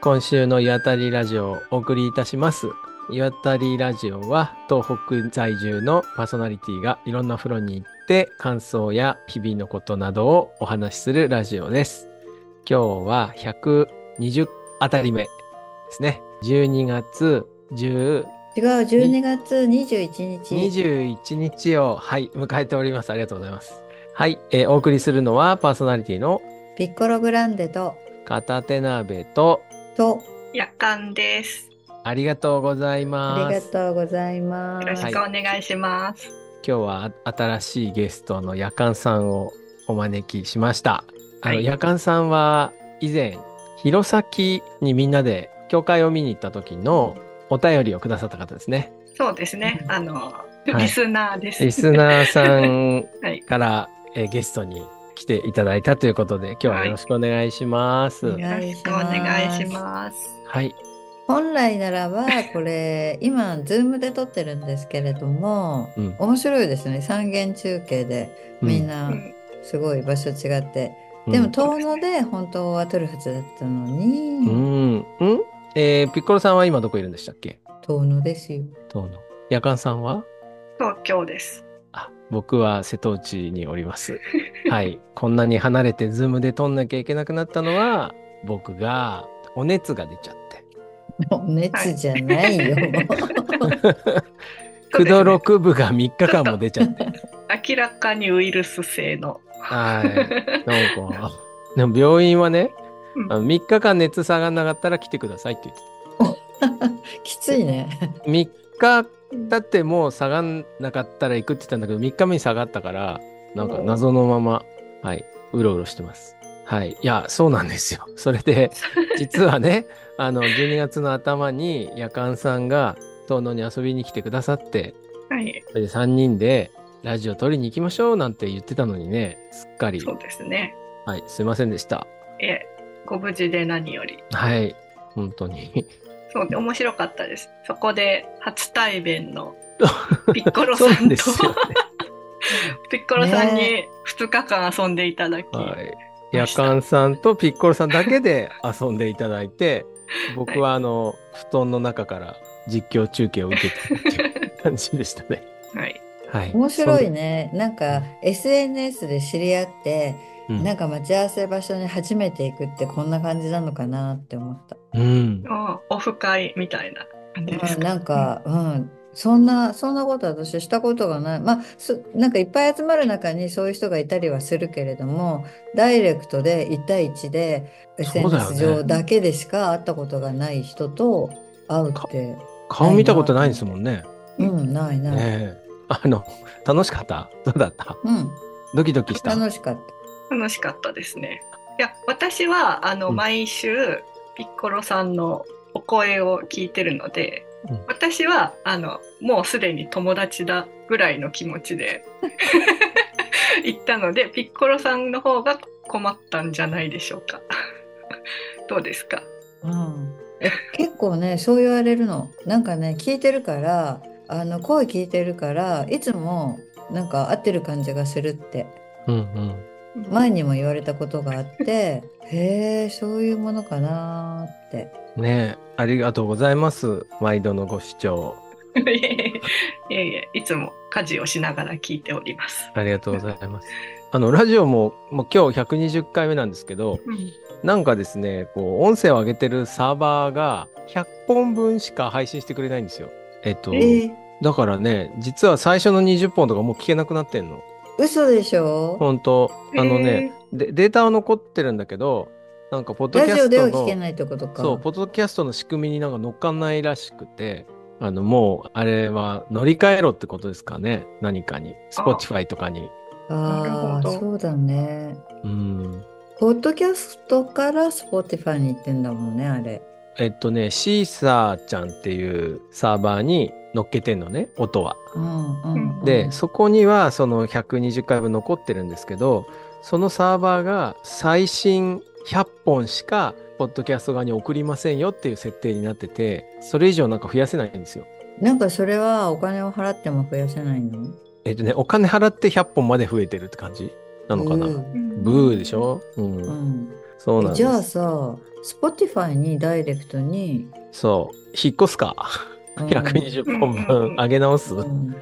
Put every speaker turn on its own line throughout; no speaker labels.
今週の岩谷ラジオをお送りいたします。岩谷ラジオは東北在住のパーソナリティがいろんな風呂に行って感想や日々のことなどをお話しするラジオです。今日は120あたり目ですね。12月10
違う、12月21日。
21日を、はい、迎えております。ありがとうございます。はい、えーお送りするのはパーソナリティの
ピッコログランデと、
片手鍋と、
と、
夜間です。
ありがとうござい
あ
ま
りが
す。
とうございま
よろし
す。
くお願いします。
今日はあ新しいゲストのやかんさんをお招きしました。あの、
はい
やかんさんは以前、弘前にみんなで教会を見に行った時のお便りをくださった方です ね。
そうですね。あの、
い
リスナーです。
リスナーさん
はい。
から、えーゲストに来ていただいたということで、今日はよろしくお願いします。
はい
よろしくお願いします。
はい。
本来ならば、これ、今、ズームで撮ってるんですけれども、
うん
面白いですね。三元中継で、みん
う
なんすごい場所違って。
うん
でも、遠野で本当は撮るはずだったの
う
に、
ん。うんえーピッコロさんは今どこいるんでしたっけ
遠野ですよ。
どうの。やかんさんは
東京です。
あ、僕は瀬戸内におり ます。はい。こんなに離れてズームで撮んなきゃいけなくなったのは、僕がお熱が出ちゃって。
お熱じゃないよ。
ク
そ
ド
うで
ロク部が3日間も出ちゃって。
すね明らかにウイルス性の。
はい。なんか、でも病院はね、
うん
あの3日間熱下がんなかったら来てくださいって言って
きついね。
た。3日経ってもう下がんなかったら行くって言ったんだけど、3日目に下がったから、なんか謎のまま、はい、うろうろしてます。はい。いや、そうなんですよ。 それで、実はね、あの、12月の頭に、夜間さんが、遠野に遊びに来てくださって、
はい。
それで3人で、ラジオ撮りに行きましょうなんて言ってたのにね、すっかり、
そうですね。
はい、すいませんでした。
え、ご無事で何より。
はい、本当に。
そうで、面白かったです。そこで初対面 のピッコロさ
そうなんん
と
ですよ、ね。
ピッコロさんに
ね
2日間遊んでいただき、
はい。夜間さんとピッコロさんだけで遊んでいただい て、僕はあの、布団の中から実況中継を受けたっていう感じでしたね。
はい。
はい。
面白いね。なんか、SNS で知り合って、
そん。うん
なんか待ち合わせ場所に初めて行くってこんな感じなのかなって思った。
うん。
あオフ会みたいな感じです
うん、
か。
なんか、うん、そんな、そんなこと私したことがない。まあ、すなんかいっぱい集まる中にそういう人がいたりはするけれども、ダイレクトで1対1で
そうだよね
SNS 上だけでしか会ったことがない人と会うって、
顔見たことないんですもんね。
うん、ないない。
ねえ。あの、楽しかったどうだった
うん、
ドキドキした。
楽しかった。
楽しかったですね。いや私はあの、
うん
毎週ピッコロさんのお声を聞いてるので、
うん
私はあのもうすでに友達だぐらいの気持 ちで行ったのでピッコロさんの方が困ったんじゃないでしょうか。 どうですか。
うん、え結構ねそう言われるのなんかね聞いてるからあの声聞いてるからいつもなんか合ってる感じがするって
うんうん。
前にも言われたことがあって へえそういうものかなーって
ねえ、ありがとうございます。毎度のご視聴。
いえいえいえいえいつも家事をしながら聞いております。
ありがとうございます。あの、ラジオも、もう今日120回目なんですけど、
うん
なんかですね、こう、音声を上げてるサーバーが100本分しか配信してくれないんですよ。えっと、
えー、
だからね、実は最初の20本とかもう聞けなくなってんの。
嘘でしょ
本当あのね、でデータは残ってるんだけど、なんか、ポッド
ラ
キャ
ジオ
ス
では
ト
聞
の
け、ないってことか
そう、ポッドキャストの仕組みになんか乗っかんないらしくて、あの、もう、あれは乗り換えろってことですかね。何かに。Spotify とかに。
あ
なる
あ
ほど
そうだね
うん。
ポッドキャストから Spotify に行ってんだもんねあれ
えっとね、シーサーちゃんっていうサーバーに乗っけてんのね、音は。
うんうん、うん、
で、そこにはその120回分残ってるんですけど、そのサーバーが最新100本しか、ポッドキャスト側に送りませんよっていう設定になってて、それ以上なんか増やせないんですよ。
なんかそれはお金を払っても増やせないの
えっとね、お金払って100本まで増えてるって感じなのかな。
うん
ブーでしょ、うん、
うん
そうなん
じゃ
で
あ
す。
さ、Spotify にダイレクトに、
そう。引っ越すか。
うん
120本
うんうんう
分
ん
上げ直す、
うん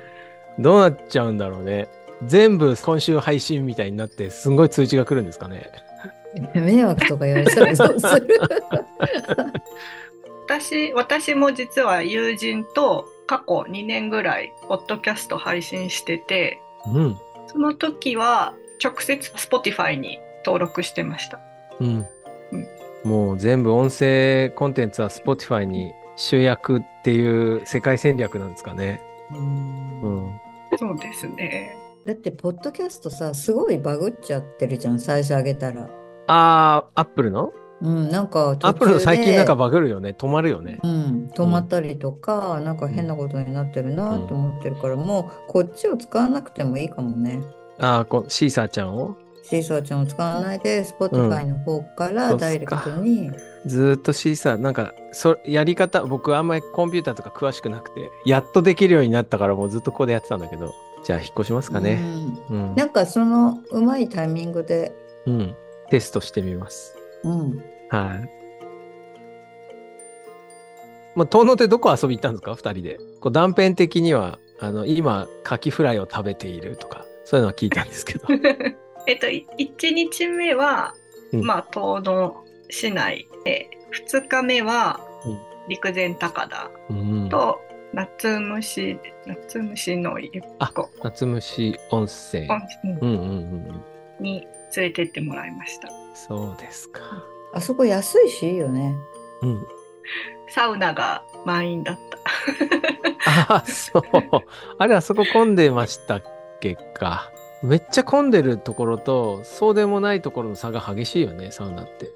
どうなっちゃうんだろうね。全部今週配信みたいになって、すんごい通知が来るんですかね。
迷惑とか言われたらどうする
私私も実は友人と過去2年ぐらいポッドキャスト配信してて
うん。
その時は直接 Spotify に登録してました
うん
うん。
もう全部音声コンテンツは Spotify に集約っていう世界戦略なんですかね。
うん
うん。
そうですね
だって、ポッドキャストさ、すごいバグっちゃってるじゃん、最初上げたら。
あー、Apple の
うん、なんか途中で、
?Apple の最近なんかバグるよね。止まるよね。
うん、止まったりとか、なんか変なことになってるなと思ってるから、もうこっちを使わなくてもいいかもね。
あーこ、シーサーちゃんを
シーサーちゃんを使わないで、Spotify の方から
そうっすか
ダイレクトに。
ずーっとシーサー、なんか、そやり方、僕あんまりコンピューターとか詳しくなくて、やっとできるようになったからもうずっとここでやってたんだけど、じゃあ引っ越しますかね。
うん
うん。
なんかそのうまいタイミングで、
うん。テストしてみます。
うん、
はい。まあ、遠野ってどこ遊び行ったんですか二人で。こう断片的には、あの、今、カキフライを食べているとか、そういうのは聞いたんですけど。
えっと1日目は、
うん
まあ東野市内で2日目は
うん
陸前高田
うん。
と夏虫夏虫の湯
あ、夏虫温泉。
温泉
うんうんうん。
に連れてってもらいました
そうですか。
あそこ安いしいいよね。
うん。
サウナが満員だった
あ、そう。あれ、あそこ混んでましたっけか。めっちゃ混んでるところと、そうでもないところの差が激しいよね、サウナって。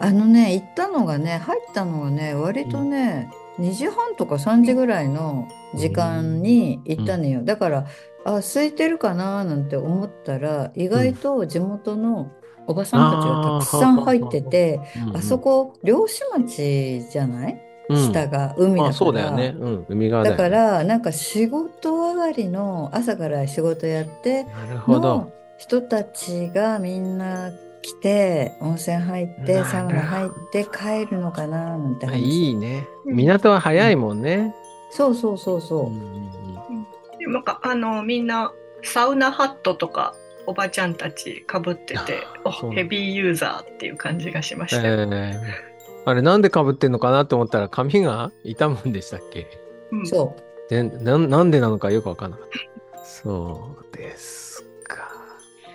あのね、行ったのがね、入ったのがね、割とね、2時半とか3時ぐらいの時間に行ったのよ。だから、あ、空いてるかななんて思ったら、意外と地元のおばさんたちがたくさん入ってて、あそこ、漁師町じゃない
うんうん
下が海
ま
だ
あ、そう
か
だよ
ら。
ね。うん、海側だ
だ
よね、
から、なんか仕事上がりの朝から仕事やって、
なるほど
の。人たちがみんな来て温泉入っ
な
て
る
サウナ入って帰るのかななんて
あ
話
いいね。港は早いもんね。
そうそうそう
うん
そう
でもなんかあのみんなサウナハットとかおばちゃんたちかぶってて
そうな
お
んだ
ヘビーユーザーっていう感じがしま
え
したよ、
ーあれ、なんで被ってんのかなと思ったら、髪が傷むんでしたっけ
うん
そ
でなんなんでなのかよくわかんなかった。そうですか。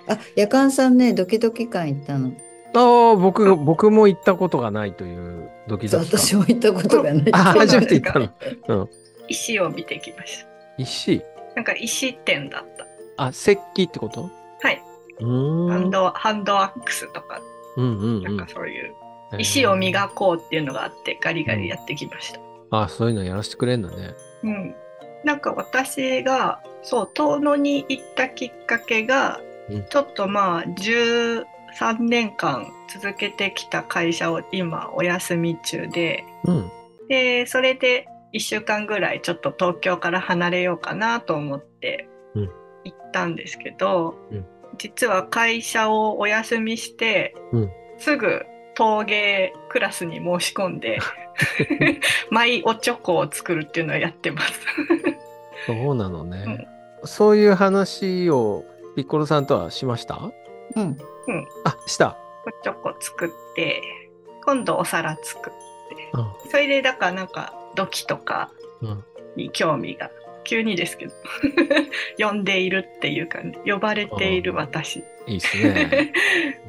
うあ夜間さんねドキドキ館行ったの
ああ、僕、僕も行ったことがないというドキドキ感。
私も行ったことがない
あ、
そうなんです
初
か
めて行ったの。
石を見てきました
石
なんか石店だった
あ、石器ってこと
はいう
ー
ハン
ん。
ドハンドアックスとか
うんうん
な
うんん
かそういう石を磨こうっていうのがあってガリガリやってきました
あ、そういうのやらせてくれんだね。
うんなんか私がそう遠野に行ったきっかけが、
うん
ちょっとまあ13年間続けてきた会社を今お休み中で
うん。
でそれで1週間ぐらいちょっと東京から離れようかなと思って
うん
行ったんですけど、
うん
実は会社をお休みして、
うん
すぐ陶芸クラスに申し込 んでマイおチョコを作るっていうのをやってます。
そうなのね。そういう話をピッコロさんとはしました
うん
あ、した。
おチョコ作って今度お皿作って
うん
それでだからなんか土器とか
うん。
に興味が急にですけど 呼んでいるっていう感じ呼ばれている私
いいです ね。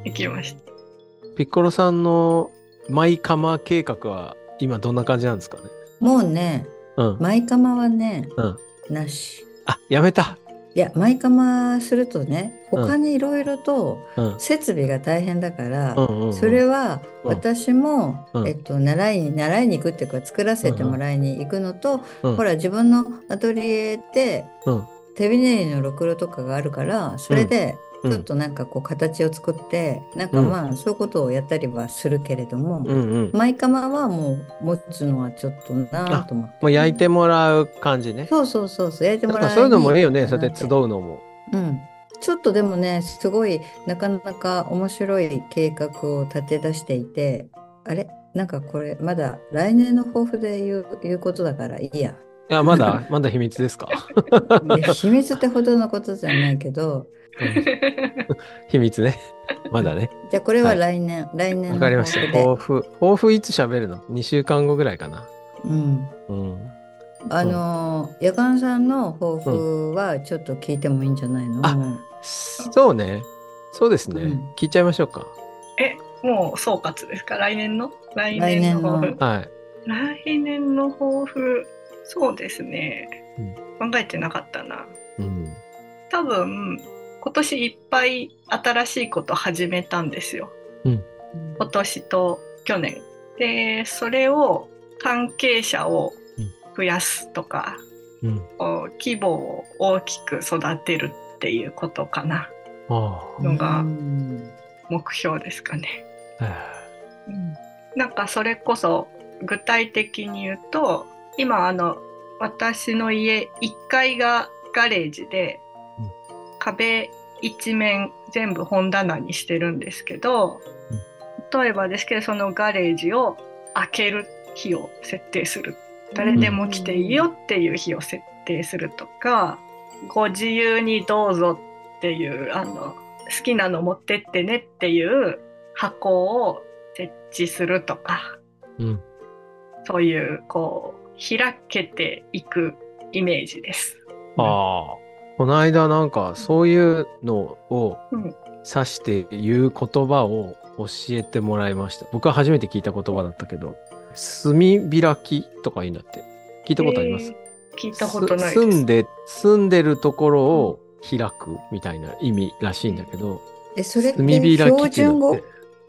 行きました
ピッコロさんのマイカマ計画は今どんな感じなんですかね
もうね
うん。
マイカマはね、
うん
なし
あ、やめた。
いやマイカマするとね
うん
他にいろいろと
うん。
設備が大変だから、
うんうんうん、
それは
うん
私も、
うん
えっと、習いに習いに行くっていうか作らせてもらいに行くのと、
うん
ほら自分のアトリエで
うん
手びねりのろくろとかがあるからそれで
う
ち
ん
ょっとなんかこう形を作って、なんかまあそういうことをやったりはするけれど
う
も、
んうん。
マイカマはもう持つのはちょっとなぁと思って
もう焼いてもらう感じね。
そうそうそうそう焼いて
だ
も
からら
いに
そういうのもいいよね。そうやって集うのも。
うんちょっとでもね、すごい、なかなか面白い計画を立て出していて、あれなんかこれ、まだ来年の抱負で言う、言うことだからいい や。
いや、まだ、まだ秘密ですか
いや秘密ってほどのことじゃないけど、
うん秘密ね。まだね。
じゃあこれは
はい
来年、来年
わ
の
かりま
抱
した。
負で。
抱負。抱負いつ喋るの ?2 週間後ぐらいかな。
うん。
うん。
あのー、夜間さんの抱負はちょっと聞いてもいいんじゃないの、
あ
もう
そうね。そうですね。
うん
聞いちゃいましょうか。
もう総括ですか来年の来
来
年
年
の
の
抱負
はい。
来年の抱負そうですね、考えてなかったな
うん。
多分今年いっぱい新しいこと始めたんですよ
うん
今年と去年でそれを関係者を増やすとか、
うん。
こう規模を大きく育てるっていうことかな
あ
のが
うん
目標ですかね
あ。は
なんかそれこそ具体的に言うと今あの私の家1階がガレージで、
うん
壁一面全部本棚にしてるんですけど、例えばですけどそのガレージを開ける日を設定する誰でも来ていいよっていう日を設定するとか、ご自由にどうぞっていうあの好きなの持ってってねっていう箱を設置するとか
いうん。
そういうこう開けていくイメージです。
ああ。この間なんかそういうのを
うん
指して言う言葉を教えてもらいました。僕は初めて聞いた言葉だったけど、墨開きとかいいんだって。聞いたことあります、
えー聞いたことない
す
です。
住んで、住んでるところを開くみたいな意味らしいんだけど、
え、それっ
墨
て
開きって
標準
だっ
語
て。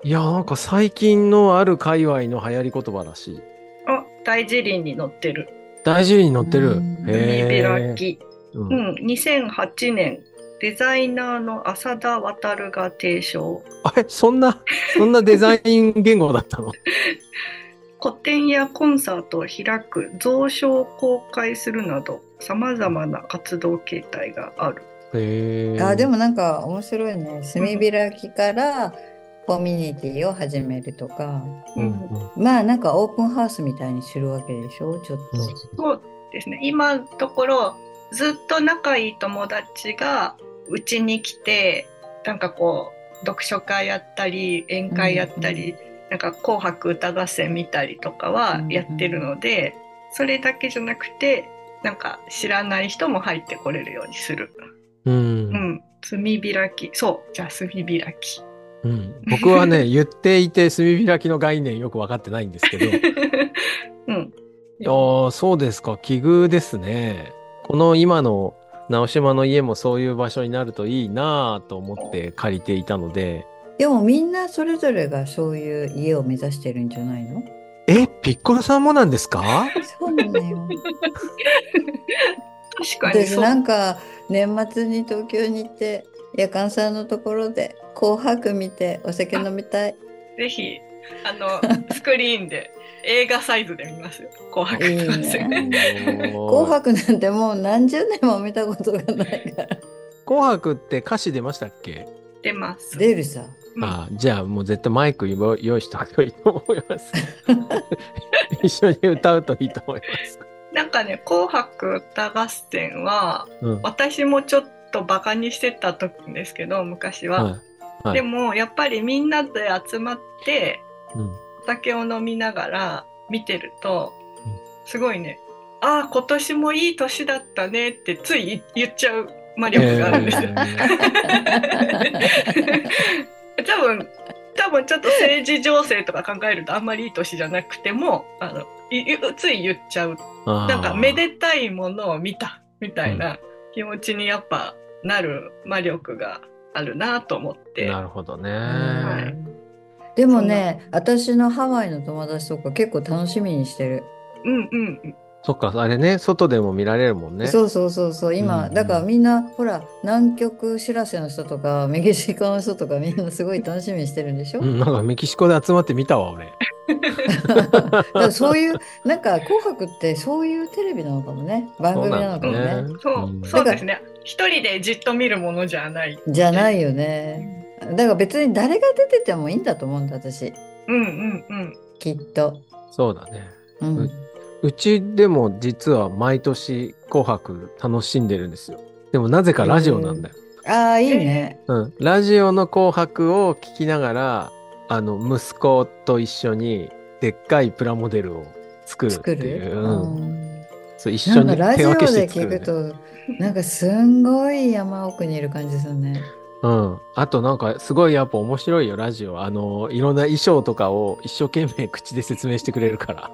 いや、なんか最近のある界隈の流行り言葉らしい。
あ大辞林に載ってる
大事に載ってる
うん。
海
へー
開き、
う。
うんん、2008年デザイナーの浅田渡が提唱
あれそんな、そんなデザイン言語だ ったの
個展やコンサートを開く蔵書を公開するなどさまざまな活動形態がある。
へー
あ、でもなんか面白いね。墨開きからコミュニティを始めるとか。
う
うんん
うん
まあなんかオープンハウスみたいにするわけでしょちょっと。
そうですね今のところずっと仲いい友達がうちに来てなんかこう読書会やったり宴会やったり、なんか「紅白歌合戦」見たりとかはやってるので、それだけじゃなくてなんか知らない人も入ってこれるようにする。
う。
うんん、墨開きそうじゃあ墨開き。
うん。僕は ね、言っていて、墨開きの概念よく分かってないんですけど、
うん、
いや ーそうですか、奇遇ですね。この今の直島の家もそういう場所になるといいなぁと思って借りていたので、
でもみんなそれぞれがそういう家を目指してるんじゃないの
え、ピッコロさんもなんですか
そうなのよ。
確かに
私
そう。
なんか年末に東京に行って夜間さんのところで紅白見てお酒飲みたい。
ぜひあのスクリーンで映画サイズで見ますよ。紅白
いい
歌合戦
ね。
紅
紅白なんてもう何十年も見たことがないから。
紅白って歌詞出ましたっけ、
出ます。
出るさ。
うん
あーじゃあもう絶対マイク用用意した方がいいと思います。 一緒に歌うといいと思います。
なんかね「紅白歌合戦は」
うん
私もちょっとバカにしてた時ですけど昔は、
はいはい
でもやっぱりみんなで集まって
うん
お酒を飲みながら見てると、
うん
すごいね「ああ今年もいい年だったね」ってつい言っちゃう魔力があるんですよ。 多分多分ちょっと政治情勢とか考えるとあんまりいい年じゃなくてもあのいつい言っちゃうなんかめでたいものを見たみたいな気持ちにやっぱなる魔力があるなと思ってて。
なるほどね。
はい
でもね、私のハワイの友達とか結構楽しみにしてる。
うんうんうん。
そっか、あれね、外でも見られるもんね。
そうそうそうそう今、
うん
だからみんなほら南極知らせの人とかメキシコの人とかみんなすごい楽しみにしてるんでしょ、
うん、なんかメキシコで集まって見たわ、俺。
だからそういう なんか「紅白」ってそういうテレビなのかもね番組なのかも
そうなんだ
ね
ね
そう、
うん
そうですね。一人でじっと見るものじゃない。
じゃないよねだから別に誰が出ててもいいんだと思うんだ私
うんうんうん。
きっと、
そうだね。
う、
うんうちでも実は毎年紅白楽しんでるんですよ。でもなぜかラジオなんだよ。
ああいいね
うん。ラジオの紅白を聞きながら、あの、息子と一緒にでっかいプラモデルを作るって
作
い
る、
う。うん。
うん
そう、一緒
なんか
に
ラジ
手
オ
分けして
で
作
聞
る、ね。
くとなんかすんごい山奥にいる感じするね
うん。あとなんかすごいやっぱ面白いよ、ラジオ。あの、いろんな衣装とかを一生懸命口で説明してくれるから。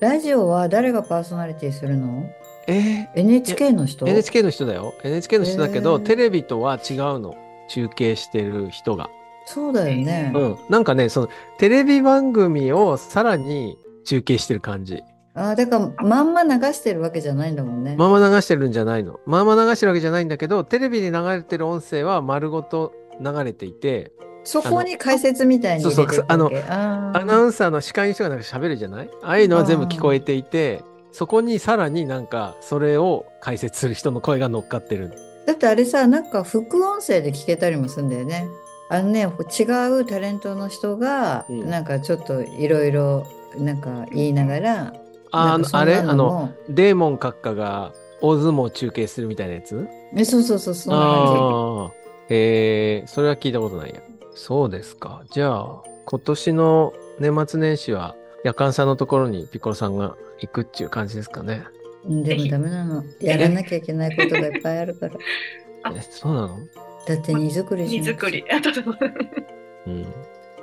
ラジオは誰がパーソナリティするの
え
?NHK の人
ー、NHK の人だよ。NHK の人だけど、
へー
テレビとは違うの。中継してる人が。
そうだよね。
うん。なんかね、その、テレビ番組をさらに中継してる感じ。
ああ、だからまんま流してるわけじゃないんだもんね。
まま流してるんじゃないの。まま流してるわけじゃないんだけど、テレビで流れてる音声は丸ごと流れていて、
そこに解説みたいに入れてるわけ。
そうそう
あー
アナウンサーの司会の人がなんか喋るじゃないああいうのは全部聞こえていて、そこにさらになんか、それを解説する人の声が乗っかってる。
だってあれさ、なんか副音声で聞けたりもするんだよね。あのね、違うタレントの人が、
うん
なんかちょっといろいろ、なんか言いながら、
ああ
なんか
の、
そ
あ
ん
れ
な
あ
の
の、
も
デーモン閣下が大相撲中継するみたいなやつ
えそうそうそう、そんな感
ああ、えー、それは聞いたことないや。そうですか。じゃあ、今年の年末年始は、夜間さんのところにピコロさんが行くっていう感じですかね。
じ。うんでもダメなの。やらなきゃいけないことがいっぱいある から。
あ
えそうなの
だって荷造りし
荷
な
造り。あと、
うん。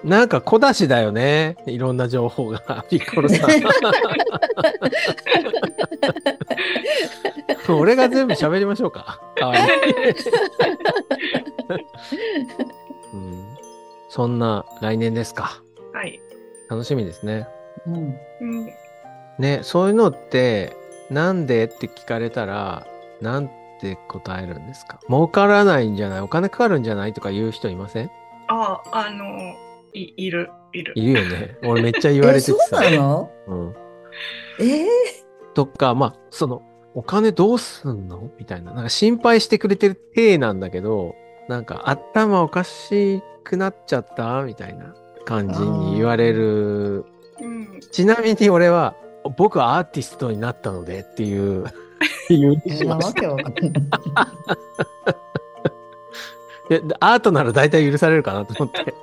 なんか小出しだよね。いろんな情報 が、ピコロさん。俺が全部喋りましょうか。かわいい。うん、そんな来年ですか。
はい。
楽しみですね。
うん。
うん。
ね、そういうのって、なんでって聞かれたら、なんて答えるんですか儲からないんじゃないお金かかるんじゃないとか言う人いません
ああ、あの、い、いる、いる。
いるよ ね。俺めっちゃ言われててさ。
えそうなの
うん、
ええ
とか、まあ、その、お金どうすんのみたいな。なんか心配してくれてる体なんだけど、なんか頭おかしくなっちゃったみたいな感じに言われる。
うん。
ちなみに俺は、僕はアーティストになったのでって いう、言うにし
そんな
ました
わけわかんない。
いやでアートなら大体許されるかなと思って。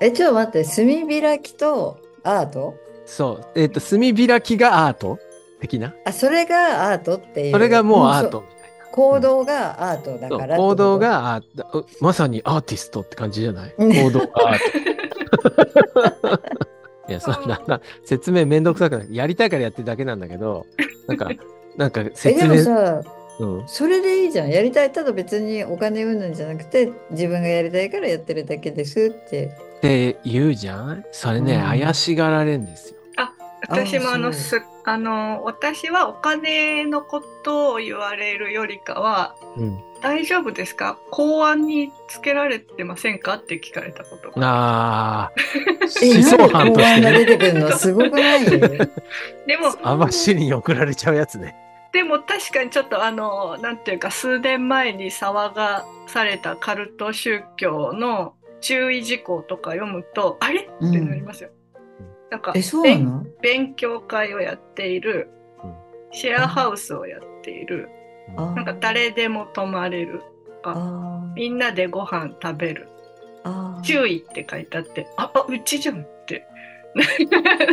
え、ちょっと待って、炭開きとアート
そう。えっ、と、墨開きがアート的な。
あ、それがアートっていう。
それがもうアー
そ
ト。みたいな
う。行動がアートだ
そう
からってこと。
行動がアート。うまさにアーティストって感じじゃない
うん
行動がアート。いや、そんな、な説明めんどくさくない。やりたいからやってるだけなんだけど、なん か、なんか
え、で
説
も
明。
さ、
うん、
それでいいじゃん。やりたい。ただ別にお金うんぬんじゃなくて、自分がやりたいからやってるだけですって。
って言うじゃんそれね、
うん
怪しがられるんですよ。
私もあ
あ
の
そ
すあの私はお金のことを言われるよりかは「大丈夫ですか公安につけられてませんか?」って聞かれたことが
ああ、
え、
思想
なん
犯として
で公安が出
ね、
てくるのすごく ない
でも
網走に送られちゃうやつね。
でも確かにちょっとあのなんていうか数年前に騒がされたカルト宗教の注意事項とか読むと「あれ?」って
うん
なりますよ。なんか
え、そうなの
勉強会をやっている
うん
シェアハウスをやっている
あ
なんか誰でも泊まれる
あー
みんなでご飯食べる
あー。
注意って書いてあってああうちじゃんって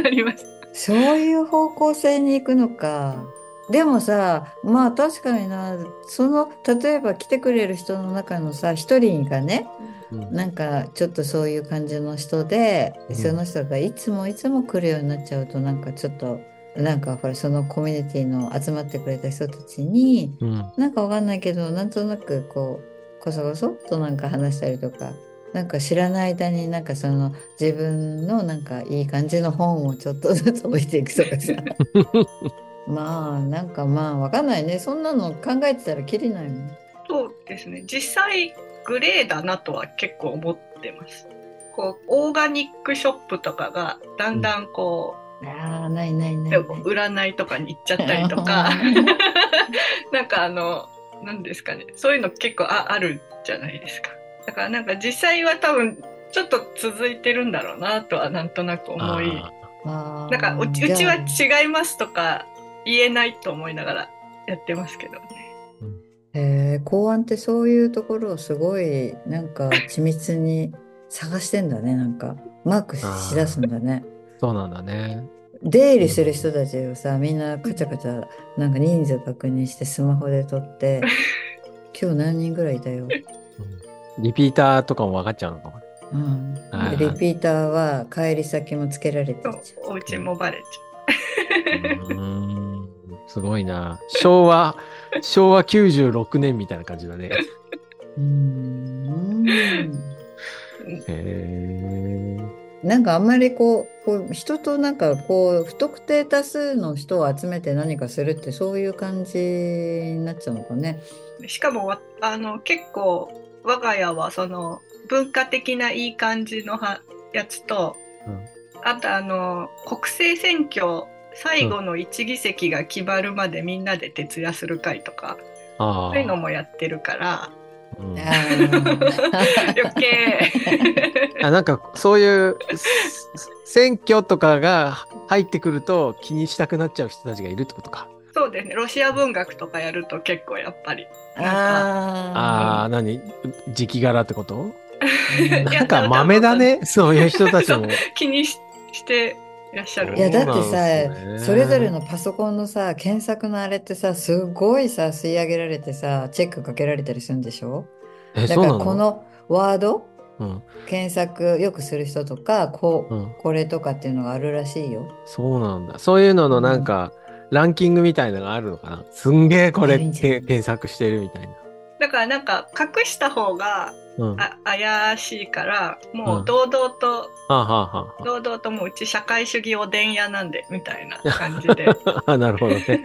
なりまし
そういう方向性に行くのか。でもさ、まあ確かにな、その、例えば来てくれる人の中のさ、一人がね、
うん
なんかちょっとそういう感じの人で、
うん
その人がいつもいつも来るようになっちゃうと、なんかちょっと、なんかほら、そのコミュニティの集まってくれた人たちに、
うん
なんかわかんないけど、なんとなくこう、こそこそっとなんか話したりとか、なんか知らない間になんかその自 分のなんかいい感じの本をちょっとずつ置いていくとかさ、まあなんかまあわかんないねそんなの考えてたらきりないもん
そうですね実際グレーだなとは結構思ってますこうオーガニックショップとかがだんだんこ
ああないないな
う、
い
で
ない
占いとかに行っちゃったりとか なんかあの何ですかねそういうの結構ああるじゃないですかだからなんか実際は多分ちょっと続いてるんだろうなとはなんとなく思い
あ
あー
なんかうちうち
じゃ
は
あ
違いますとか言えないと思いながらやってますけどね。
へえ公安ってそういうところをすごいなんか緻密に探してんだねなんかマークし
あー
だすんだね
ーそうなんだね。
出入りする人たちをさみんなカチャカチャなんか人数確認してスマホで撮って 今日何人ぐらいいたよ、
リピーターとかも分かっちゃうのかも。
うん、で
はい
リピーターは帰り先もつけられて
そ
る
うお家もバレち
うーんすごいな。昭和、昭和96年みたいな感じだね。
うーん
へえ。
なんかあんまりこう、こう人となんかこう不特定多数の人を集めて何かするってそういう感じになっちゃうのかね。
ゃう。しかもわあの結構我が家はその文化的ないい感じのはやつと、
うん
あとあの国政選挙最後の1議席が決まるまでみんなで徹夜する会とか、
あ
そういうの
あ。
もやってるから
うん
あー
余計
あなんかそういうす選挙とかが入ってくると気にしたくなっちゃう人たちがいるってことか。
そうですねロシア文学とかやると結構やっぱり
あ
あ
あ、何時柄ってこと
ー。
いや
なんか豆だね。そういう人たちも。
気にししていらっしゃる
いやだって
そうなんですね
さそれぞれのパソコンのさ検索のあれってさすごいさ吸い上げられてさチェックかけられたりするんでしょ
え、
だ
そう
か
な
ら
の
このワード
うん。
検索よくする人とかこう、
うん。
これとかっていうのがあるらしいよ。
そうなんだ。そういうののなんか、ランキングみたいなのがあるのかな。すんげえこれ
あるんじゃない
け検索してるみたいな。
だからなんか隠した方が
うん。あ
あ怪しいからも
ん
う堂々と、
はあはあはあ
堂々ともううち社会主義おでん屋なんでみたいな感じ で
あなるほどね。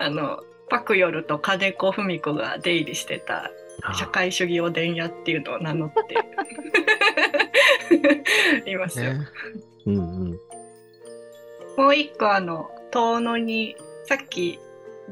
あのパクヨルと金子文子が出入りしてた社会主義おでん屋っていうのを名乗って いますよ。
ね。うんうん。
もう一個あの遠野にさっき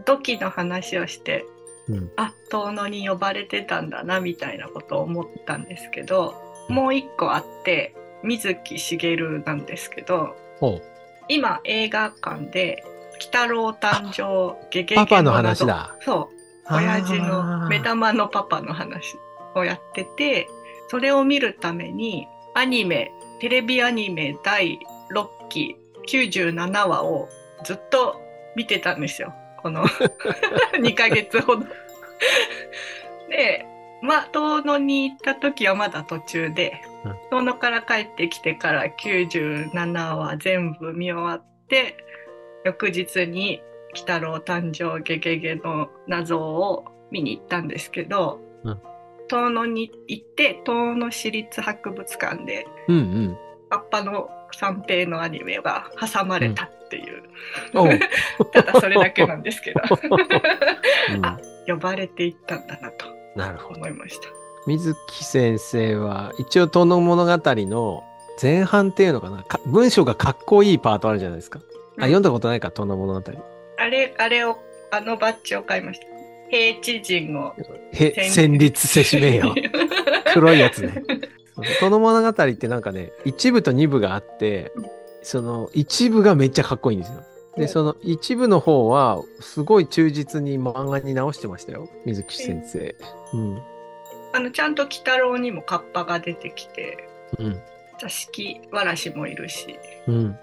土器の話をして、
うん
あ遠野に呼ばれてたんだなみたいなことを思ったんですけどもう一個あって水木しげるなんですけど
ほう。
今映画館で「鬼太郎誕生ゲゲゲ」
パパの話だ。
そう親父の目玉のパパの話をやっててそれを見るためにアニメテレビアニメ第6期97話をずっと見てたんですよこの 2ヶ月ほど。 でまあ遠野に行った時はまだ途中で
うん
遠野から帰ってきてから97話全部見終わって翌日に「鬼太郎誕生ゲゲゲ」の謎を見に行ったんですけど、
うん
遠野に行って遠野市立博物館で
うんうん。
「アッパの三平」のアニメが挟まれたっていう、
おう
ただそれだけなんですけど
うん
あ呼ばれていったんだなと
なるほど。
思いました。
水木先生は一応「遠野物語」の前半っていうのかなか文章がかっこいいパートあるじゃないですか。あ読んだことないか「遠野物語」
あれあれをあのバッジを買いました。平地人を
へ
戦
戦慄せしめ よ黒いやつ ね。遠野物語ってなんかね一部と二部があってその一部がめっちゃかっこいいんですよ。でその一部の方はすごい忠実に漫画に直してましたよ水木先生。うん
あのちゃんと鬼太郎にもカッパが出てきて
うん
座敷わらしもいるし
うん、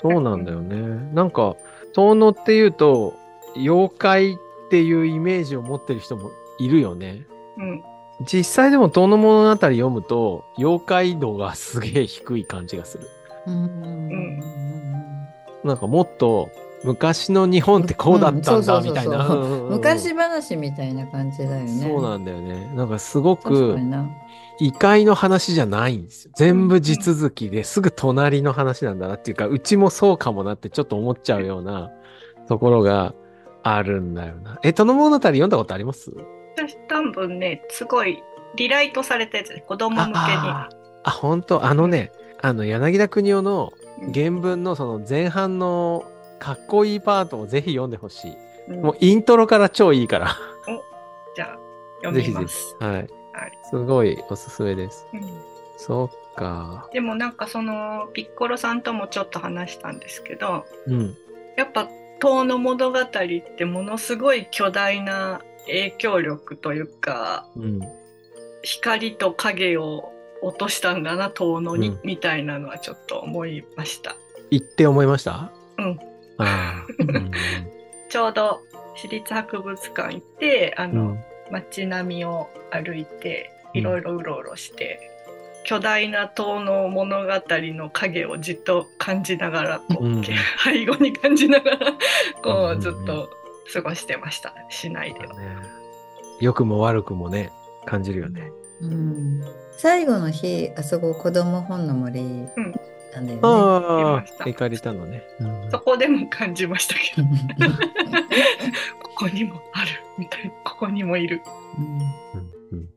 そうなんだよね。なんか遠野っていうと妖怪っていうイメージを持ってる人もいるよね。
うん、
実際でも遠野物語読むと妖怪度がすげえ低い感じがする。
うん
うん
なんかもっと昔の日本ってこうだったんだ
うんそ
み
うそうそうそう
たいな。うんうんうん
昔話みたいな感じだよね。
そうなんだよね。なんかすご
確
く
かにな。
異界の話じゃないんですよ。全部地続きですぐ隣の話なんだなっていうか、うちもそうかもなってちょっと思っちゃうような、ところがあるんだよな。え、殿物語読んだことあります
私多分ねすごいリライトされたやつで子供向けに
ああ、本当あのね、あの、柳田国夫の原文のその前半のかっこいいパートをぜひ読んでほしい。
うん
もうイントロから超いいから。
じゃあ読みます
はい
はい。
すごいおすすめです。
うん
そうか。
でもなんかそのピッコロさんともちょっと話したんですけど
うん。
やっぱ遠の物語ってものすごい巨大な影響力というか
うん。
光と影を落としたんだな遠野に、
うん
みたいなのはちょっと思いました
言って思いました
うん。
ああ。うん
ちょうど私立博物館行ってあ
う
の、
ん。
街並みを歩いて
うん
いろいろうろうろして、巨大な塔の物語の影をじっと感じながらこう、
うん
背後に感じながら
うんうん
こ
うん
うずっと過ごしてました市内では。
良くも悪くもね、感じるよね。
うん最後の日あそこ子供本の森なんだよね。
あ
行きまし
あ、
た
行かれたのね。うん
そこでも感じましたけど ここにもあるみたいなここにもいる
うん
うん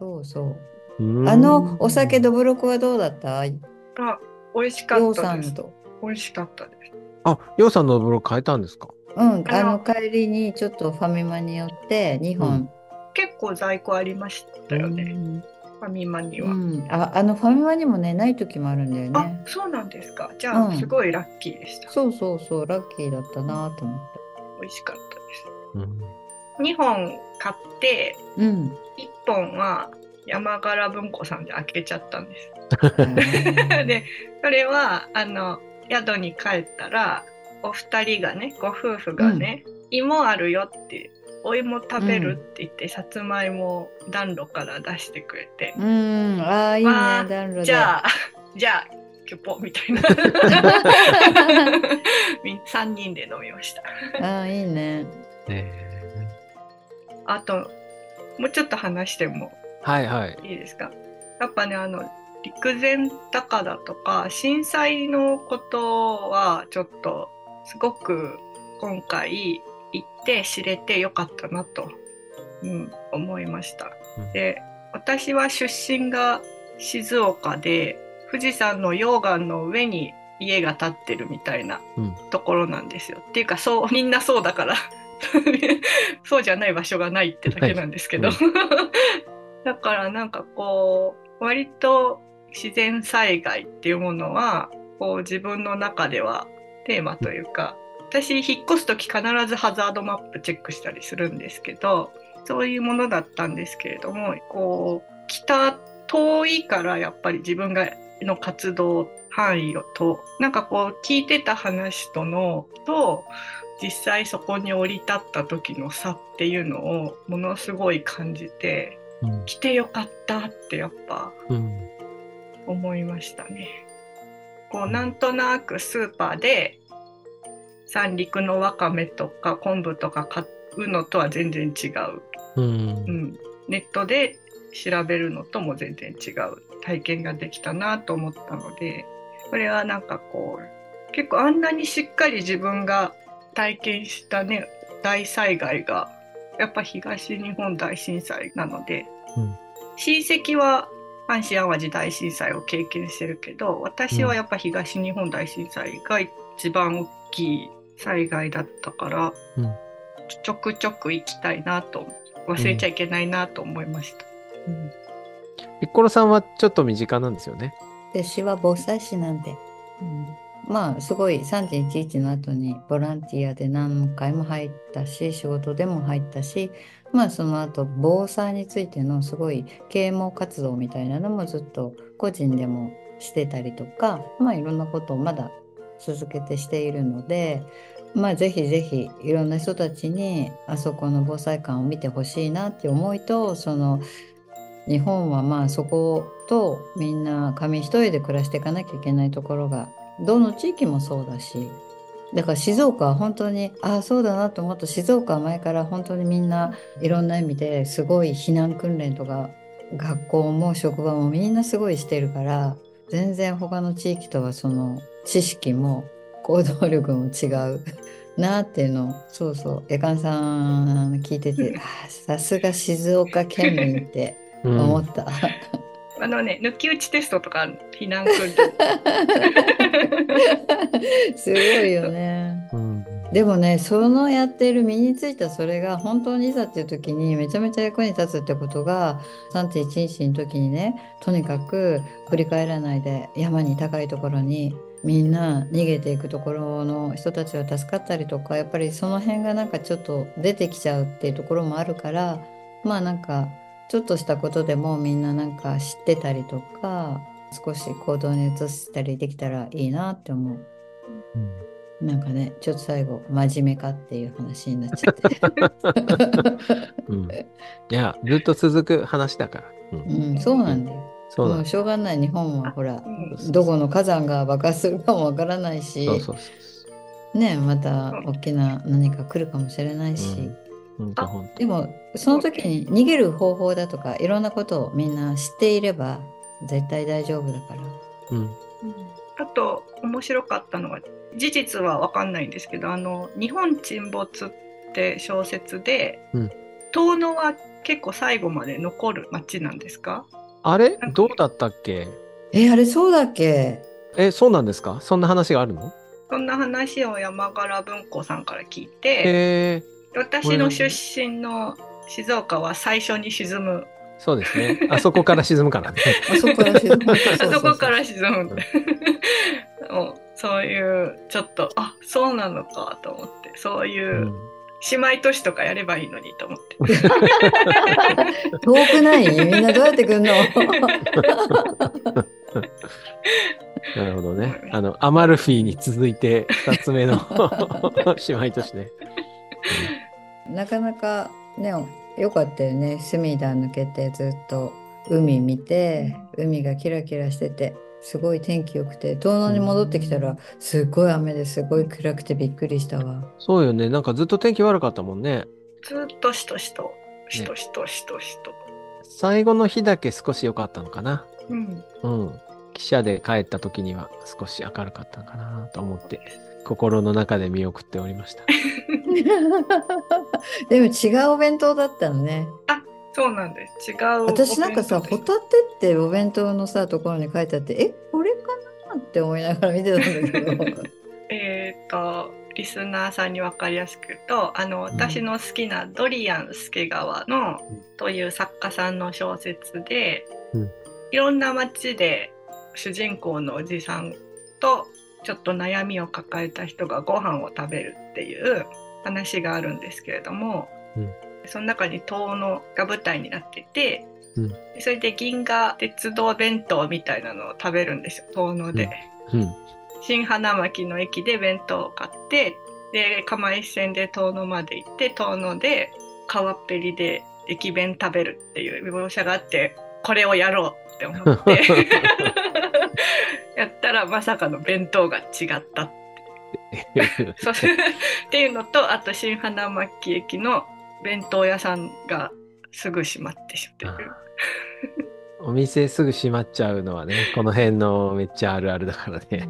そうそう。
うん
あのお酒どぶろくはどうだった？よ
が美味しかっ
うさ
たで
ん
す
と。
美味しかったです
あ、ようさんのブログ変えたんですか
うん、
あ
あ
の
の帰りにちょっとファミマに寄って2本、
結構在庫ありましたよね、ファミマに
う
は、
ん、ああのファミマにもねない時もあるんだよ
あ
ね
そうなんですかじゃあ、
うん
すごいラッキーでした
そうそうそうラッキーだったなと思っ
美味しかったです
うん。
2本買って
てうん
1本は山柄文庫さんで開けちゃったんです。 でそれはあの宿に帰ったらお二人がねご夫婦がね、芋あるよってお芋食べるって言って、さつまいもを暖炉から出してくれて、
うんあーいいね
わー
暖炉で
じ
あ
ゃあじゃあキュポみたいな3人で飲みました。
ーいいね
ね
あともうちょっと話しても
えはいはい。
いいですかやっぱねあの陸前高田とか震災のことはちょっとすごく今回行って知れてよかったなと、うん、思いました
うん。
で私は出身が静岡で富士山の溶岩の上に家が建ってるみたいな
うん
ところなんですよ。っていうかそうみんなそうだから そうじゃない場所がないってだけなんですけど、
は
だからなんかこう割と自然災害っていうものはこう自分の中ではテーマというか私引っ越す時必ずハザードマップチェックしたりするんですけどそういうものだったんですけれどもこう北遠いからやっぱり自分がの活動範囲をとなんかこう聞いてた話とのと実際そこに降り立った時の差っていうのをものすごい感じて
うん
来てよかったってやっぱ
うん。
思いましたね。こうなんとなくスーパーで三陸のわかめとか昆布とか買うのとは全然違
う。
う、うんん、ネットで調べるのとも全然違う体験ができたなと思ったのでこれはなんかこう結構あんなにしっかり自分が体験したね大災害がやっぱ東日本大震災なので、
うん
親戚は阪神・淡路大震災を経験してるけど私はやっぱ東日本大震災が一番大きい災害だったから、
うん
ちょくちょく行きたいなと忘れちゃいけないなと思いました。うん
ピッコロさんはちょっと身近なんですよね。
私は防災士なんで、うん、まあすごい3.11の後にボランティアで何回も入ったし仕事でも入ったしまあその後防災についてのすごい啓蒙活動みたいなのもずっと個人でもしてたりとかまあいろんなことをまだ続けてしているのでまあぜひぜひいろんな人たちにあそこの防災館を見てほしいなって思いとその日本はまあそことみんな紙一重で暮らしていかなきゃいけないところがどの地域もそうだしだから静岡は本当にああそうだなと思った静岡は前から本当にみんないろんな意味ですごい避難訓練とか学校も職場もみんなすごいしてるから全然他の地域とはその知識も行動力も違う なっていうのをそうそう夜間さん聞いててあーさすが静岡県民って
うん
思った、
あのね、抜き打ちテストとかあるの避難訓 練。
すごいよね
うん
でもねそのやってる身についたそれが本当にいざっていう時にめちゃめちゃ役に立つってことが3.11の時にねとにかく振り返らないで山に高いところにみんな逃げていくところの人たちは助かったりとかやっぱりその辺がなんかちょっと出てきちゃうっていうところもあるからまあなんかちょっとしたことでもみんななんか知ってたりとか少し行動に移したりできたらいいなって思う。
うん
なんかね、ちょっと最後、真面目かっていう話になっちゃって。
うん、いや、ずっと続く話だから。うん
うん、そうなんだよ。
そうなん
もうしょうがない、日本はほら
う、ん
どこの火山が爆発するかもわからないし、
そうそうそう
ね、また大きな何か来るかもしれないし、
うんそう。本当本
でも、その時に逃げる方法だとか、いろんなことをみんな知っていれば、絶対大丈夫だから。
当。うん。
あと面白かったのは事実は分かんないんですけどあの「日本沈没」って小説で、
うん
遠野は結構最後まで残る町なんですか
あれどうだったっけ
え、あれそうだっけ
え、そうなんですかそんな話があるの
そんな話を山柄文庫さんから聞いて
え
私の出身の静岡は最初に沈む
ー、そうですね。あそこから沈むからね。
あそこか ら沈む
あそこから沈
う
むもうそういうちょっとあそうなのかと思ってそういうううん姉妹都市とかやればいいのにと思って。
遠くないみんなどうやって来んの
なるほどね。あの、アマルフィに続いて二つ目の 姉妹都市ね。
なかなかね、良かったよね。隅田抜けてずっと海見て、海がキラキラしてて、すごい天気良くて、遠野に戻ってきたら、すごい雨ですごい暗くてびっくりしたわ。
そうよね。なんかずっと天気悪かったもんね。
ずっとしとしとしとしとしとしと。
最後の日だけ少し良かったのかな。
うん。
うん。汽車で帰った時には少し明るかったのかなと思って、心の中で見送っておりました。
でも違うお弁当だったのね。
そうなんです。違う。
私なんかさ、
お
ホ
弁
タテってお弁当のさ、ところに書いてあって、え、これかなって思いながら見てたんだけど。
当えっ、と、リスナーさんに分かりやすく言うと、あの、私の好きなドリアン助川の、
うん
という作家さんの小説で、
うん
いろんな町で主人公のおじさんとちょっと悩みを抱えた人がご飯を食べるっていう話があるんですけれども、
うん
その中に遠野が舞台になってて、
うん
それで銀河鉄道弁当みたいなのを食べるんですよ遠野で、
うん。
新花巻の駅で弁当を買ってで釜石線で遠野まで行って遠野で川っぺりで駅弁食べるっていう描写があってこれをやろうって思ってやったらまさかの弁当が違ったってそうっていうのとあと新花巻駅の弁当屋さんがすぐ閉まってしまってる
お店すぐ閉まっちゃうのはね、この辺のめっちゃあるあるだからね。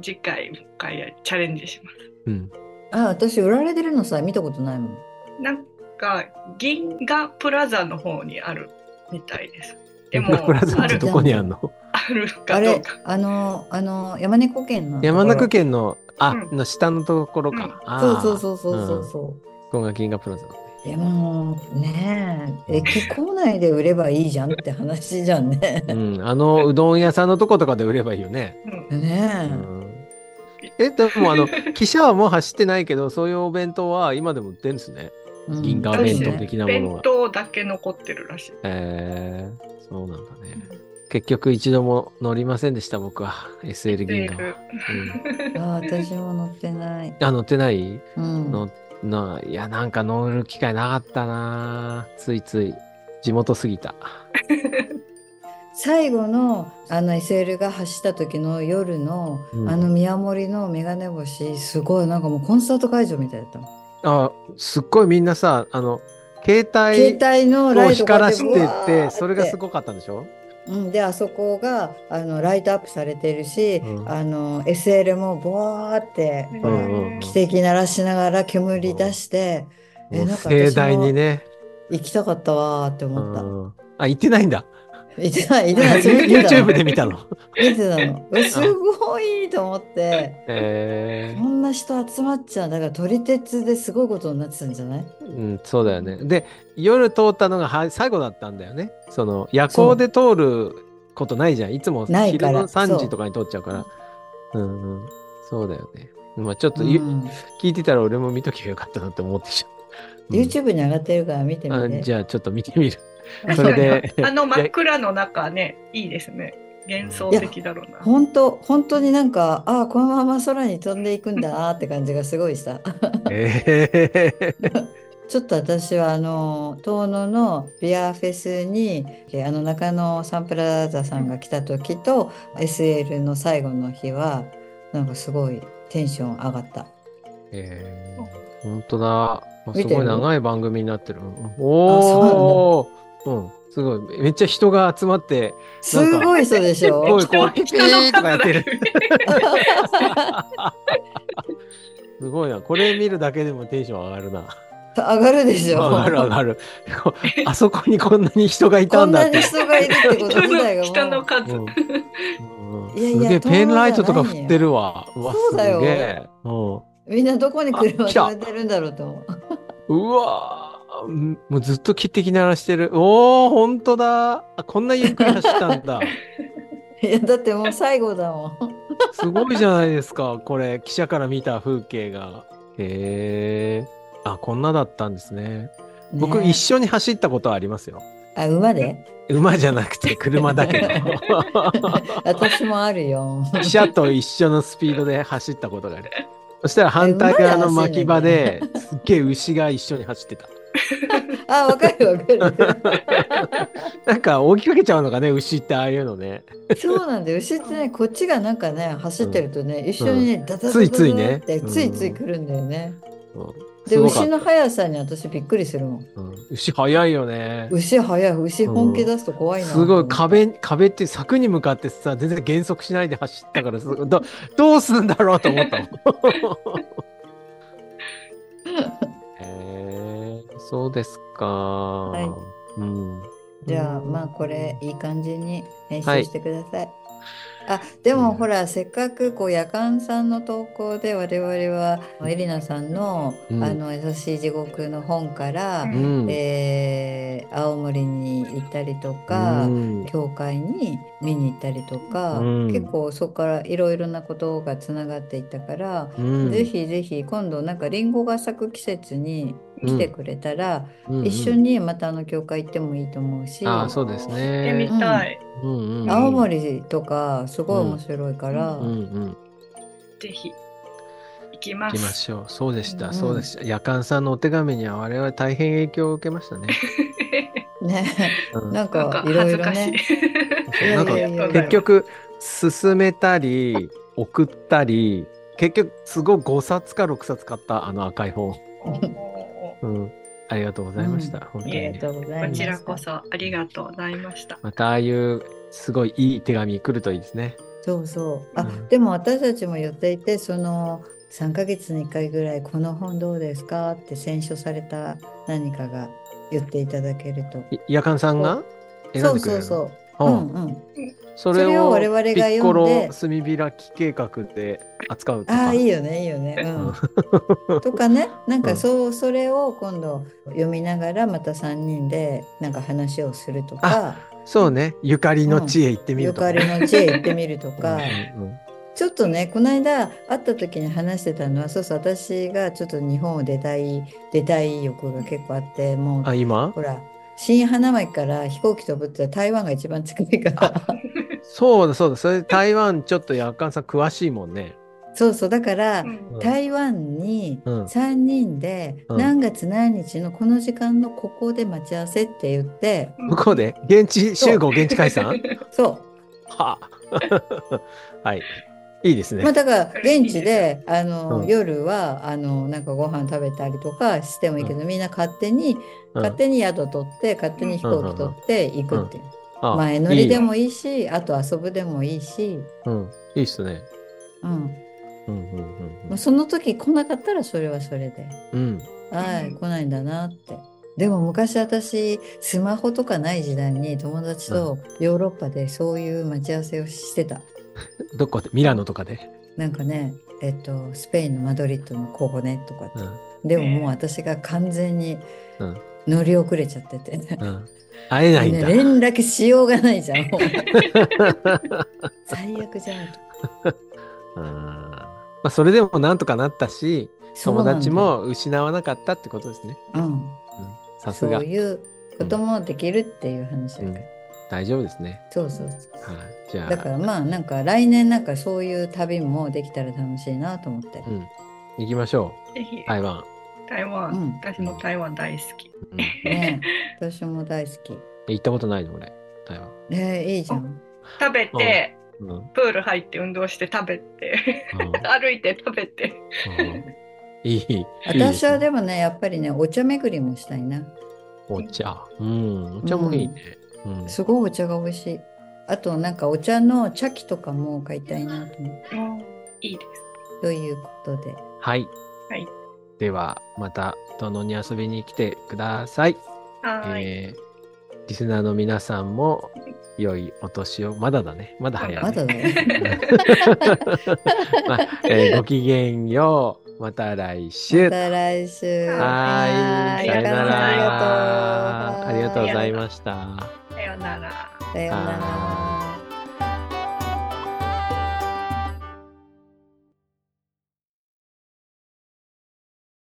次回もう一回やチャレンジしま
うん。
あ、私売られてるのさ、見たことないもん。
すなんか銀河プラザの方にあるみたいですでも
銀河プラザ
あ
って
る
どこにあんの
ある
あ
かどう
れ
か、
あの、あの、山猫県のところ。
山中県の、あ、
うん
の下のところか。
うん
あ
そ
ー
うそうそうそう
う
そう
んこ
そう。
こが銀河プラザ。
でもねえ、駅構内で売ればいいじゃんって話じゃんね。
うん。あのうどん屋さんのとことかで売ればいいよね。
うん、
う
ね
ん。え、でもあの、汽車はもう走ってないけど、そういうお弁当は今でも売ってるんですね。
え。うん
銀河弁当的なもの
弁
が。
当だけ残ってるらしい
えー、そうなんだね。結局一度も乗りませんでした、僕は。SL 銀河は。うん
あ、私も乗ってない。
あ、乗ってない
うん。
乗ないや、なんか乗る機会なかったなついつい。地元すぎた。
最後のあの SL が走った時の夜の、
うん
あの宮森のメガネ星、すごいなんかもうコンサート会場みたいだったもん。
あ、すっごいみんなさ、あの、携
携
帯
帯のラ
を
イト
光らし
こうやって
てて、それがす
ご
ごかったんでしょ
うん、であそこがあのライトアップされてるし、
うん
あの SL もボワーって
うん
う
こ
ん
う
うん
汽笛鳴らしながら煙出してえなんか私も
盛大にね。
行きたかったわーって思った。
うんあ、行ってないんだ。
行ってない行って ないそれ見てたの
YouTube で見た の。
見てた の。うわすごいと思って
え
こんな人集まっちゃうだから撮り鉄ですごいことになってたんじゃない
ーうん、そうだよね。で、夜通ったのがは最後だったんだよね。その夜行で通ることないじゃん。いつも
ない
昼
から
の3
そ
時
う
とかに通っちゃうから。うん、うん、そうだよね。まあちょっとゆ、
うん
聞いてたら俺も見とけばよかったなって思ってしまう。うん
YouTube に上がってるから見てみ
あ
て。
じゃあちょっと見てみ る。
うん
それで
あの真っ暗の中ね、いいですね。幻想的だろうな。
本当本当になんかああこのまま空に飛んでいくんだなって感じがすごいした。
えー
ちょっと私はあの遠野のビアフェスにえあの中野サンプラザさんが来た時と SL の最後の日はなんかすごいテンション上がった。
えー、本当だ。あす
見て
ご
る
い長い番組になってる。うんおお、うん、すごい。めっちゃ人が集まって、
すごい人でし
お
ょ
いこう、ピー
人の数
とかやってる。
だ
すごいな。これ見るだけでもテンション上がるな。
上がるでし
上がる
ょ
上がる。 こあそこにこんなに人がいた
こ
ん
ん
だ
な
っ
に
て。
人がいるってこと自体
け。
が
人の人
もう
の数。
うんうん
いやいや
すげえ、ペンライトとか振ってるわ。うわ、
そう
すげ
だよ
え。うん
みんなどこに車
あ来た
止めてるんだろうと思う。
うわーんもうずっと汽笛鳴らしてる。おー、ほんとだ。あこんなゆっくり走ったん だ。
いやだってもう最後だもん。
すごいじゃないですか。これ、記者から見た風景が。へえ。あ、こんなだったんですね。僕、
ね
一緒に走ったことはありますよ。
あ馬で
馬じゃなくて車だ けど。
私もあるよ。
汽車と一緒のスピードで走ったことがある。そしたら反対側の巻き場で、すっげえ牛が一緒に走ってた。
あわかるわかる。
なんか追いかけちゃうのかね、牛ってああいうのね。
そうなんだよ牛ってねこっちがなんかね走ってるとね、一緒にねダダダダダ
ついついね
って
うん
ついつい来るんだよね、
うん
です
ごかっ
牛
た
の速さに私びっくりするもん
うん牛早いよね。
牛速い牛本気出すと怖いな、
すごい壁壁っていう柵に向かってさ全然減速しないで走ったからすごいどどうすんだろうと思ったもん。へえそうですか。
い
うん、
じゃあまあこれいい感じに練習してください、あでもほら、せっかくこう夜間さんの投稿で我々はエリナさんの「
うん
あの優しい地獄」の本から、
うん
うん
えー青森に行ったりとか、
うん
教会に見に行ったりとか、
うん
結構そこからいろいろなことがつながっていったから、
うん
ぜひぜひ今度なんかリンゴが咲く季節に来てくれたら、
うんうん
一緒にまたあの教会行ってもいいと思うし、
ああそうです
行って
ね。
みたい。
うんうんうん
青森とかすごい面白いから、
うんうん
ぜひ。行き
行
ま。
きますしょう。そうでした、
うん
そうでした。夜間さんのお手紙には我々大変影響を受けました ね。
ね
うん
なん
なん
か
か
いろ
恥
い
ず
ろ
かしい
ね。
いやいやいや
ありがとうござい
結
ます
局進めたり送ったり結局すごい5冊か6冊買ったあの赤い本、うん、ありがとうございました、本当
あ
に
りがとうござい
こ
ま
ちら
す。
こそありがとうございました。
またああいうすごいいい手紙来るといいですね
そうそう。あ、
うん
でも私たちも言っていて、その3ヶ月に1回ぐらい、この本どうですかって選書された何かが言っていただけると。
い夜間さんが選
そ
んで
う
くれ
そ
る
う
う
そう。うんうん。
そ
それを我々が
ピ
読んで
ッコロ炭開き計画で扱うと
あ
か
あ、いいよね、いいよね。 うん。とかね、なん
う
か
ん
そう、それを今度読みながら、また3人でなんか話をするとか、
そうねゆかりの地へ行ってみ
ゆ
ると
か
か、ね
りの地へ行ってみるとか。
うんうんうん
ちょっとねこの間会った時に話してたのはそうそう私がちょっと日本を出たい出たい欲が結構あっても
あ
う
今
ほら新花巻から飛行機飛ぶって台湾が一番近いから
そうだそうだそれ台湾ちょっと夜間さん詳しいもんね、
そうそうだから、
うん
台湾に
うん
3人で
うん
何月何日のこの時間のここで待ち合わせって言って、
向こうで現地集合現地解 散
そ
はあ はいいいです
う、
ね、
まあ、だから現地であの、
うん
夜はあのなんかご飯食べたりとかしてもいいけど、みんな勝手に
うん
勝手に宿取って勝手に飛行機取って行くっていう、
あ
前乗りで
い
もいいしあと遊ぶでもいいし、
いようん。いいっすね。
うん
うんうんうん
まあ、その時来なかったらそれはそれで、
うん。
は
う
い、
ん
来ないんだなって。でも昔私スマホとかない時代に友達とヨーロッパでそういう待ち合わせをしてた。
うん。どこでミラノとかで。
なんかね、えっと、スペインのマドリッドの候補ねとかって
う。ん。
でももう私が完全に
うん
乗り遅れちゃってて、ね
うん。会えないんだ。
連絡しようがない じゃん。もう最悪じゃん。
うんまあ、それでもなんとかなったし、
そう
友
なんだよ
達、も失わなかったってことですね。
うん、
うんさす
そ
が
う。いうこともできるっていう話だから、
うん大丈夫ですね。
そうそうそう。
はい。じゃあ。
だからまあなんか来年なんかそういう旅もできたら楽しいなと思って。
うん。行きましょ
ぜひ
う。台湾。
台湾、
うん
私も台湾大好き。
うん、
ねえ私も大好き。
行ったことないの俺。台湾。
ええいいじゃん。
食べて、
うん。うん
プール入って運動して食べて、 歩いて食べて。
うんいい。いい
私は
も。
でもねやっぱりねお茶巡りもしたいな。
お茶。うん。お茶もいいね。うん。
すごいお茶が美味しい。あとなんかお茶の茶器とかも買いたいなと思って。
いいです。
ということで。
はい。
はい。
では、また、どのに遊びに来てください。
はい。
えーリスナーの皆さんも、良いお年を、まだだね。まだ早い、ね。
まだだよ。
まあえーごきげんよう。また来週。
また来週。
は
は
ー
い
い。さよな
中野さ
ら。
んあ
あ
り
り
が
が
と
と
う。
う
は
ございました。
さようなら。
いさようなら。